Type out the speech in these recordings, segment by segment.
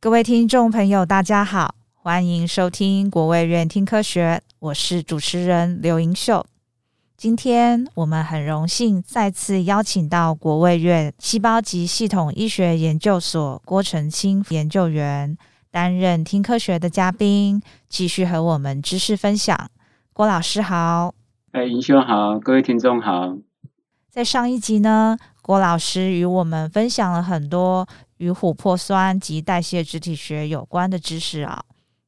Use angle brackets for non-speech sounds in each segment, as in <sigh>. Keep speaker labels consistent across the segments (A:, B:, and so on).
A: 各位听众朋友，大家好，欢迎收听国卫院听科学，我是主持人刘莹秀。今天我们很荣幸再次邀请到国卫院细胞及系统医学研究所郭成清研究员担任听科学的嘉宾，继续和我们知识分享。郭老师好，
B: 哎，银秀好，各位听众好。
A: 在上一集呢，郭老师与我们分享了很多与琥珀酸及代谢肢体学有关的知识啊，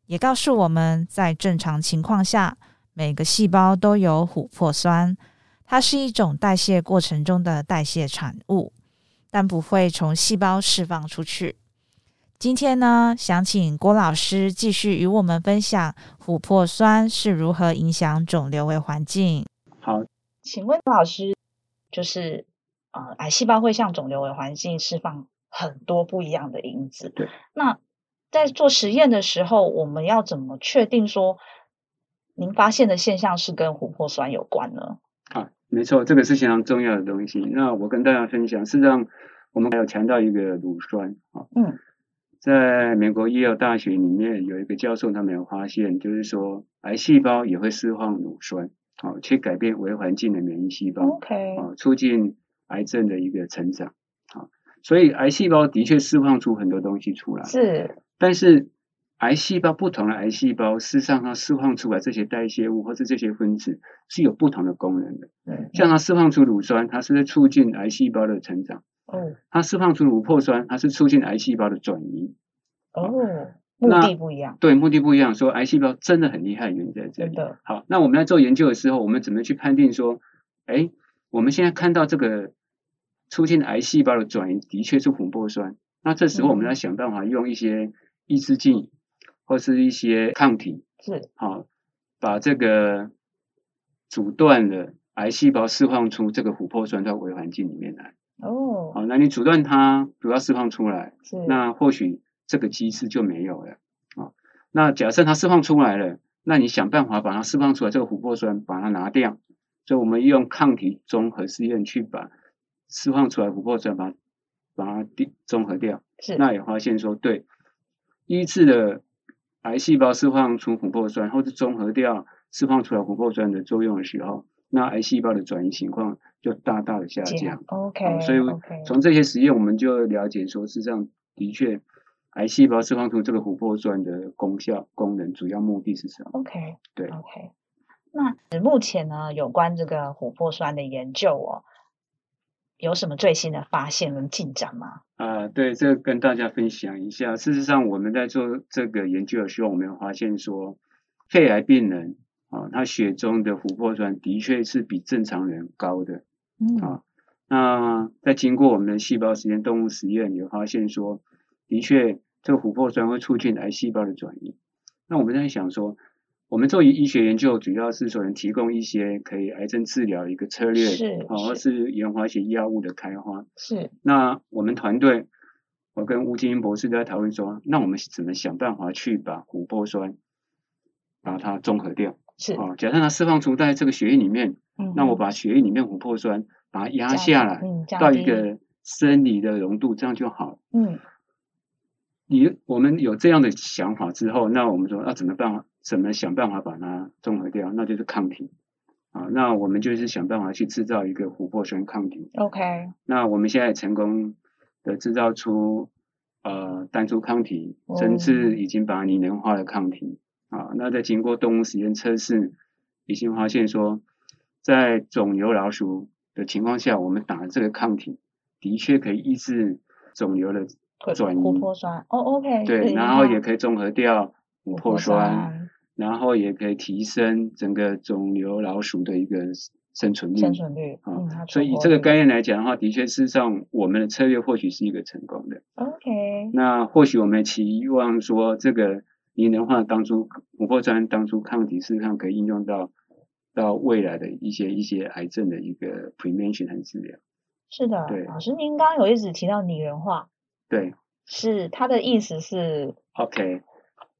A: 也告诉我们在正常情况下，每个细胞都有琥珀酸，它是一种代谢过程中的代谢产物，但不会从细胞释放出去。今天呢，想请郭老师继续与我们分享琥珀酸是如何影响肿瘤为环境。
B: 好，
A: 请问老师，就是呃，癌细胞会向肿瘤为环境释放很多不一样的因子。
B: 对，
A: 那在做实验的时候，我们要怎么确定说您发现的现象是跟琥珀酸有关呢？
B: 啊，没错，这个是非常重要的东西。那我跟大家分享，事实上我们还有谈到一个乳酸啊，
A: 嗯，
B: 在美国耶鲁大学里面有一个教授，他们有发现，就是说癌细胞也会释放乳酸，好、去改变微环境的免疫细胞，
A: OK，
B: 啊，促进癌症的一个成长。啊，所以癌细胞的确释放出很多东西出来，
A: 是
B: 但是癌细胞不同的癌细胞，事实上它释放出来这些代谢物或是这些分子是有不同的功能的。
A: 嗯
B: 像它释放出乳酸，它是在促进癌细胞的成长；
A: 哦
B: 它释放出琥珀酸，它是促进癌细胞的转移。
A: 哦，目
B: 那
A: 的不一样，
B: 对，目的不一样。说癌细胞真的很厉害，原因在这
A: 真
B: 里。
A: 的
B: 好，那我们在做研究的时候，我们怎么去判定说，哎，我们现在看到这个促进癌细胞的转移的确是琥珀酸，那这时候我
A: 嗯
B: 们要想办法用一些抑制剂或是一些抗体，
A: 是
B: 好、把这个阻断了癌细胞释放出这个琥珀酸到微环境里面来。
A: 哦
B: 好，那你阻断它主要释放出来，
A: 是
B: 那或许这个机制就没有了啊、那假设它释放出来了，那你想办法把它释放出来，这个琥珀酸把它拿掉。所以我们用抗体综合试验去把释放出来琥珀酸把它把它地综合掉，
A: 是
B: 那也发现说对，医治的癌细胞释放出琥珀酸，或者综合掉释放出来琥珀酸的作用的时候，那癌细胞的转移情况就大大的下
A: 这
B: 降
A: 样。OK，
B: 啊所以
A: OK
B: 从这些实验，我们就了解说，事实上的确，癌细胞释放出这个琥珀酸的功效、功能，主要目的是什么？
A: OK，
B: 对
A: ，OK。那目前呢，有关这个琥珀酸的研究哦，有什么最新的发现跟进展吗？
B: 啊、对，这个跟大家分享一下。事实上，我们在做这个研究的时候，我们有发现说，肺癌病人啊，他血中的琥珀酸的确是比正常人高的。
A: 嗯
B: 啊那在经过我们的细胞实验、动物实验，也发现说，的确这个琥珀酸会促进癌细胞的转移。那我们在想说，我们做医学研究，主要是说能提供一些可以癌症治疗的一个策略，
A: 是
B: 啊，或
A: 是
B: 是研发一些药物的开发。
A: 是
B: 那我们团队，我跟吴金英博士都在讨论说，那我们怎么想办法去把琥珀酸把它综合掉
A: 是，
B: 啊？假设它释放出在这个血液里面，那我
A: 嗯
B: 把血液里面琥珀酸把它压
A: 降
B: 下
A: 低
B: 来，
A: 嗯，降
B: 到一
A: 低
B: 个生理的浓度，这样就好了。
A: 嗯
B: 你我们有这样的想法之后，那我们说要、啊、怎么办法？怎么想办法把它综合掉？那就是抗体啊。那我们就是想办法去制造一个琥珀酸抗体。
A: OK
B: 那我们现在成功的制造出呃单株抗体，
A: 哦
B: 甚至已经把拟人化的抗体啊。那在经过动物实验测试，已经发现说，在肿瘤老鼠的情况下，我们打这个抗体的确可以抑制肿瘤的
A: 会
B: 转移，
A: 琥珀酸哦 OK
B: 对，然后也可以综合掉琥
A: 琥
B: 珀
A: 珀
B: 酸，然后也可以提升整个肿瘤老鼠的一个生存率。
A: 生存率
B: 啊
A: 嗯，它
B: 所以
A: 存
B: 以
A: 活
B: 这个
A: 率
B: 概念来讲的话，的确事实上我们的策略或许是一个成功的。
A: OK
B: 那或许我们期望说，这个拟人化当初琥珀酸当初抗体，事实上可以应用到到未来的一些一些癌症的一个 prevention 和治疗。
A: 是的，
B: 对
A: 老师您刚刚有一直提到拟人化，
B: 对
A: 是它的意思是
B: ，OK，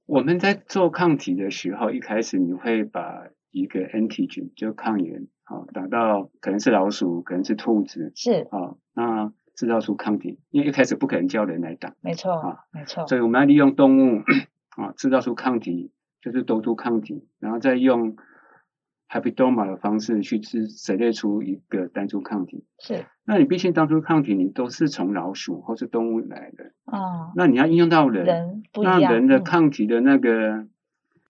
B: 我们在做抗体的时候，一开始你会把一个 antigen 哦就抗原，好、打到可能是老鼠，可能是兔子，
A: 是
B: 啊、那制造出抗体，因为一开始不可能叫人来打，
A: 没错
B: 啊，
A: 没错，
B: 所以我们要利用动物啊制造出抗体，就是毒株抗体，然后再用 hybridoma 的方式去制筛列出一个单株抗体。
A: 是，
B: 那你毕竟当初抗体你都是从老鼠或是动物来的，
A: 嗯，
B: 那你要应用到人，
A: 人不一
B: 那
A: 样，
B: 人的
A: 嗯
B: 抗体的那个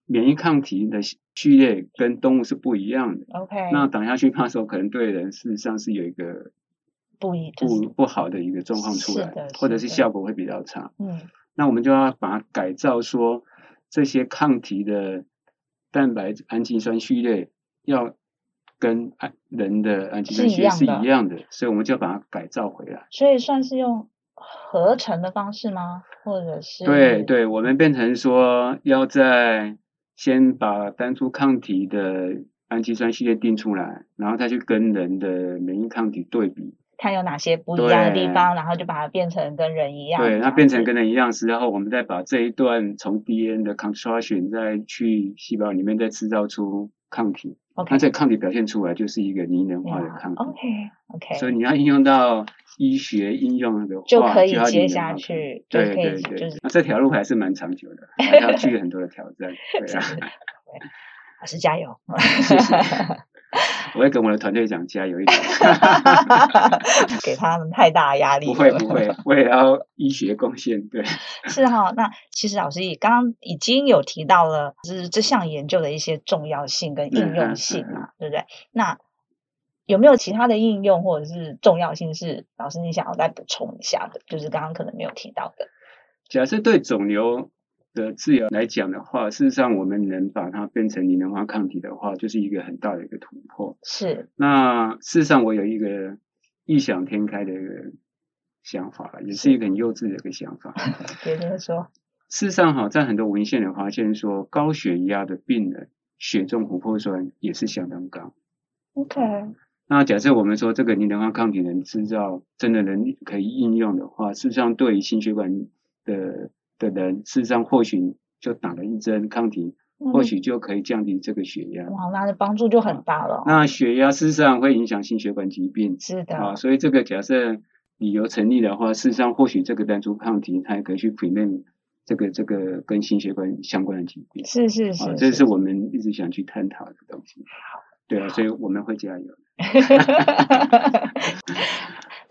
B: 免疫抗体的序列跟动物是不一样的。
A: OK，
B: 那打下去，那时候可能对人事实上是有一个
A: 不一就
B: 不
A: 是
B: 不好的一个状况出
A: 是
B: 来
A: 的，
B: 或
A: 是
B: 者是
A: 的
B: 效果会比较差。
A: 嗯
B: 那我们就要把它改造说，这些抗体的蛋白质氨基酸序列要跟氨人的氨基酸序列
A: 是
B: 是
A: 一样的
B: 一样的，所以我们就把它改造回来。
A: 所以算是用合成的方式吗？或者是
B: 对对，我们变成说要在先把单株抗体的氨基酸序列定出来，然后再去跟人的免疫抗体对比。
A: 看有哪些不一样的地
B: 对
A: 方，然后就把它变成跟人一样这样
B: 对，
A: 子，
B: 它变成跟人一样时，然后我们再把这一段从 DNA 的 construction 再去细胞里面再制造出抗体。
A: OK 啊
B: 那这个抗体表现出来就是一个拟人化的抗体。
A: OK OK， <laughs>
B: 所以你要应用到医学应用的话，
A: 就可以
B: 要拟
A: 接
B: 人
A: 下
B: 化抗体。
A: 去，就
B: 对
A: 可
B: 对
A: 以
B: 对
A: 就是，
B: 那这条路还是蛮长久
A: <laughs>
B: 的，还要具有很多的挑战。对
A: 是
B: <laughs> 啊。
A: 是对老师加
B: <laughs>
A: 油！
B: 谢谢。我会跟我的团队讲加
A: <laughs>
B: 油一点，
A: 给他们太大压力，
B: 不会不会，我也要医学贡献。对，
A: 是哈、那其实老师也刚刚已经有提到了，就是这项研究的一些重要性
B: 嗯
A: 跟应用性嘛，对不对？那有没有其他的应用或者是重要性是老师你想要再补充一下的？就是刚刚可能没有提到的。
B: 假设对肿瘤的治疗来讲的话，事实上我们能把它变成拟人化抗体的话，就是一个很大的一个突破。
A: 是
B: 那事实上，我有一个异想天开的一个想法，也是一个很幼稚的一个想法。
A: 别人说
B: 事实上，哈，在很多文献有发现说，高血压的病人血中琥珀酸也是相当高。
A: ，OK，
B: 嗯那假设我们说这个拟人化抗体能制造真的能可以应用的话，事实上对于心血管的的人，事实上或许就打了一针抗体，或许就可以降低这个血压。
A: 嗯哇，那的帮助就很大了哦。
B: 那血压事实上会影响心血管疾病
A: 是的，
B: 啊，所以这个假设理由成立的话，事实上或许这个单株抗体它也可以去 prevent 这个这个跟心血管相关的疾病
A: 是是是
B: 啊，，这是我 <laughs> 们一直想去探讨的东西。对啊，所以我们会加油。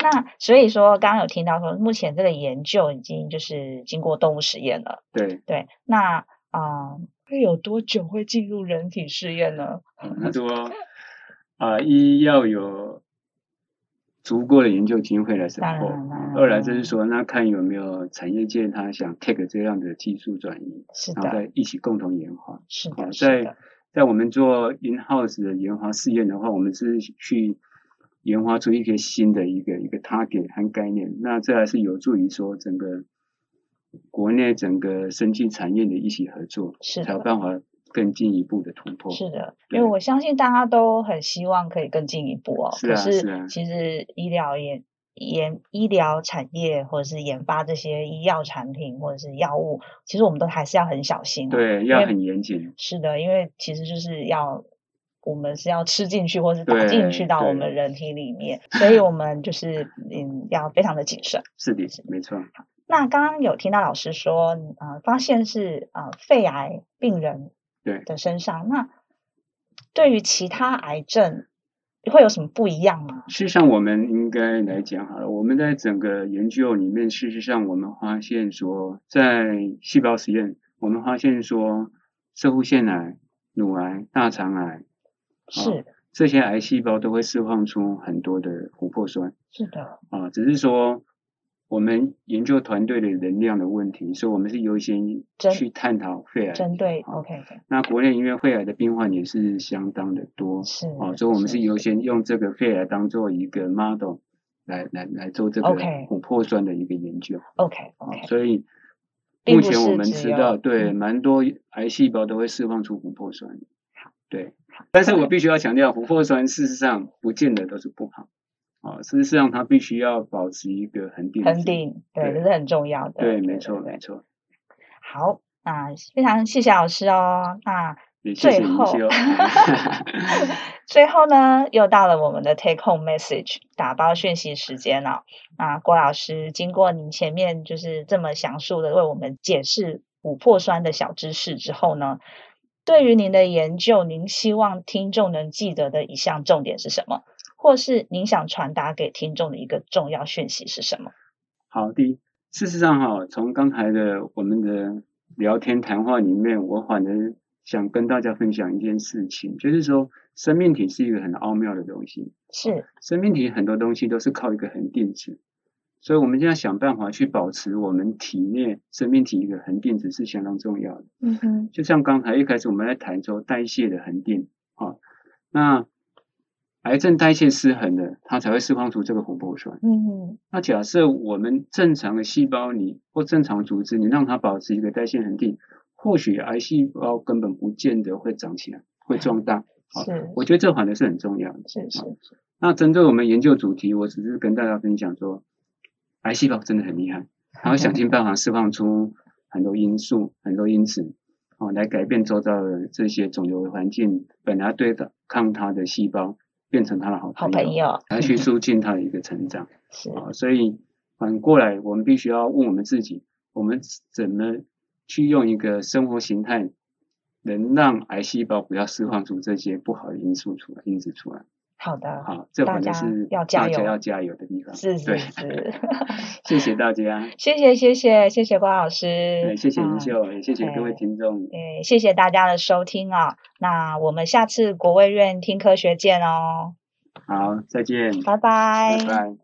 A: 那所以说，刚刚有听到说，目前这个研究已经就是经过动物实验了。
B: 对。
A: 对，那啊、嗯会有多久会进入人体试验呢？
B: 啊他说 <laughs> 啊，一要有足够的研究经费
A: 当
B: 来 support，
A: 然
B: 啊
A: 啦
B: 二来就是说，那看有没有产业界他想 take 这样的技术转移，
A: 是
B: 然后
A: 的，
B: 再一起共同研发。
A: 是
B: 啊
A: 的，，是
B: 在
A: 的，
B: 在我们做 in house 的研发试验的话，我们是去研发出一些新的一个一个 target 和概念，那这还是有助于说整个国内整个生技产业的一起合作，
A: 是
B: 才有
A: 的
B: 办法更进一步的突破。
A: 是的，因
B: 对
A: 为我相信大家都很希望可以更进一步哦。
B: 是
A: 可
B: 啊
A: 是
B: 是啊
A: 其实医疗研研医疗产业或者是研发这些医药产品或者是药物，其实我们都还是要很小心、哦。
B: 对，
A: 因
B: 要
A: 为
B: 很严谨。
A: 是的，因为其实就是要我们是要吃进去或是打进
B: 对
A: 去到我
B: 对
A: 们人体里面，所以我们就是嗯要非常的谨慎。
B: 是的，没错。
A: 那刚刚有听到老师说，呃，发现是呃肺癌病人
B: 对
A: 的身上，那对于其他癌症会有什么不一样吗？
B: 事实上，我们应该来讲好了。我们在整个研究里面，事实上我们发现说，在细胞实验，我们发现说，射护腺癌、乳癌、大肠癌哦
A: 是
B: 这些癌细胞都会释放出很多的琥珀酸
A: 是的，
B: 啊，只是说。我们研究团队的能量的问题，所以我们是优先
A: 针
B: 去探讨肺癌。
A: 针对
B: 好
A: OK OK
B: 那国内因为肺癌的病患也是相当的多，
A: 是
B: 哦，所以我们是优先用这个肺癌当做一个 model 来来来做这个
A: OK
B: 琥珀酸的一个研究。
A: OK
B: 哦
A: OK
B: 所以
A: 哎并
B: 目
A: 不
B: 前
A: 是
B: 我们
A: 只
B: 知
A: 有
B: 道，对，
A: 嗯
B: 蛮多癌细胞都会释放出琥珀酸。对，但是我必须要强调，琥珀酸事实上不见得都是不好。啊、哦，事实上它必须要保持一个恒定值。
A: 恒。定，对，
B: 对
A: 这是很重要的。
B: 对，没错，
A: 对
B: 没错。
A: 好，那非常谢谢老师哦。那
B: 也
A: <laughs>
B: 谢
A: 最
B: 谢你
A: 后，
B: 谢哦
A: 最后呢，又到了我们的 take home message 打包讯息时间了、啊，郭老师，经过您前面就是这么详述的为我们解释琥珀酸的小知识之后呢，对于您的研究，您希望听众能记得的一项重点是什么，或是您想传达给听众的一个重要讯息是什么？
B: <laughs> 好的，事实上哈，从刚才的我们的聊天谈话里面，我反而想跟大家分享一件事情，就是说生命体是一个很奥妙的东西，
A: 是
B: 生命体很多东西都是靠一个恒定值，所以我们现在想办法去保持我们体内生命体一个恒定值是相当重要的。
A: 嗯哼，
B: 就像刚才一开始我们在谈说代谢的恒定啊，那癌症代谢失衡了，它才会释放出这个琥珀酸。
A: 嗯哼，
B: 那假设我们正常的细胞你或正常组织，你让它保持一个代谢恒定，或许癌细胞根本不见得会长起来，会壮大。好
A: 是
B: 我觉得这反而是很重要的。
A: 是是是，
B: 那针对我们研究主题，我只是跟大家分享说，癌细胞真的很厉害，它会想尽办法释放出很多因素、很多因子，哦，来改变周遭的这些肿瘤的环境，本来对抗它的细胞，变成它的好
A: 好
B: 朋
A: 朋
B: 友，
A: 友
B: 来去促进它的一个成长。
A: 是
B: 啊，所以反过来，我们必须要问我们自己，我们怎么去用一个生活形态，能让癌细胞不要释放出这些不好的因素出来、因子出来？
A: 好的，
B: 好，这
A: 大
B: 反正
A: 家
B: 是
A: 要加
B: 大家
A: 油
B: 要加油的地方。
A: 是是
B: 对
A: 是，
B: <laughs>
A: <laughs>
B: 谢谢大家，
A: 谢谢谢谢谢谢郭老师，
B: 呃谢谢
A: 啊
B: 云秀，也谢谢各位
A: 哎
B: 听众，
A: 诶，谢谢大家的收听啊、那我们下次国卫院听科学见哦，
B: 好，再见，
A: 拜拜，
B: 拜拜。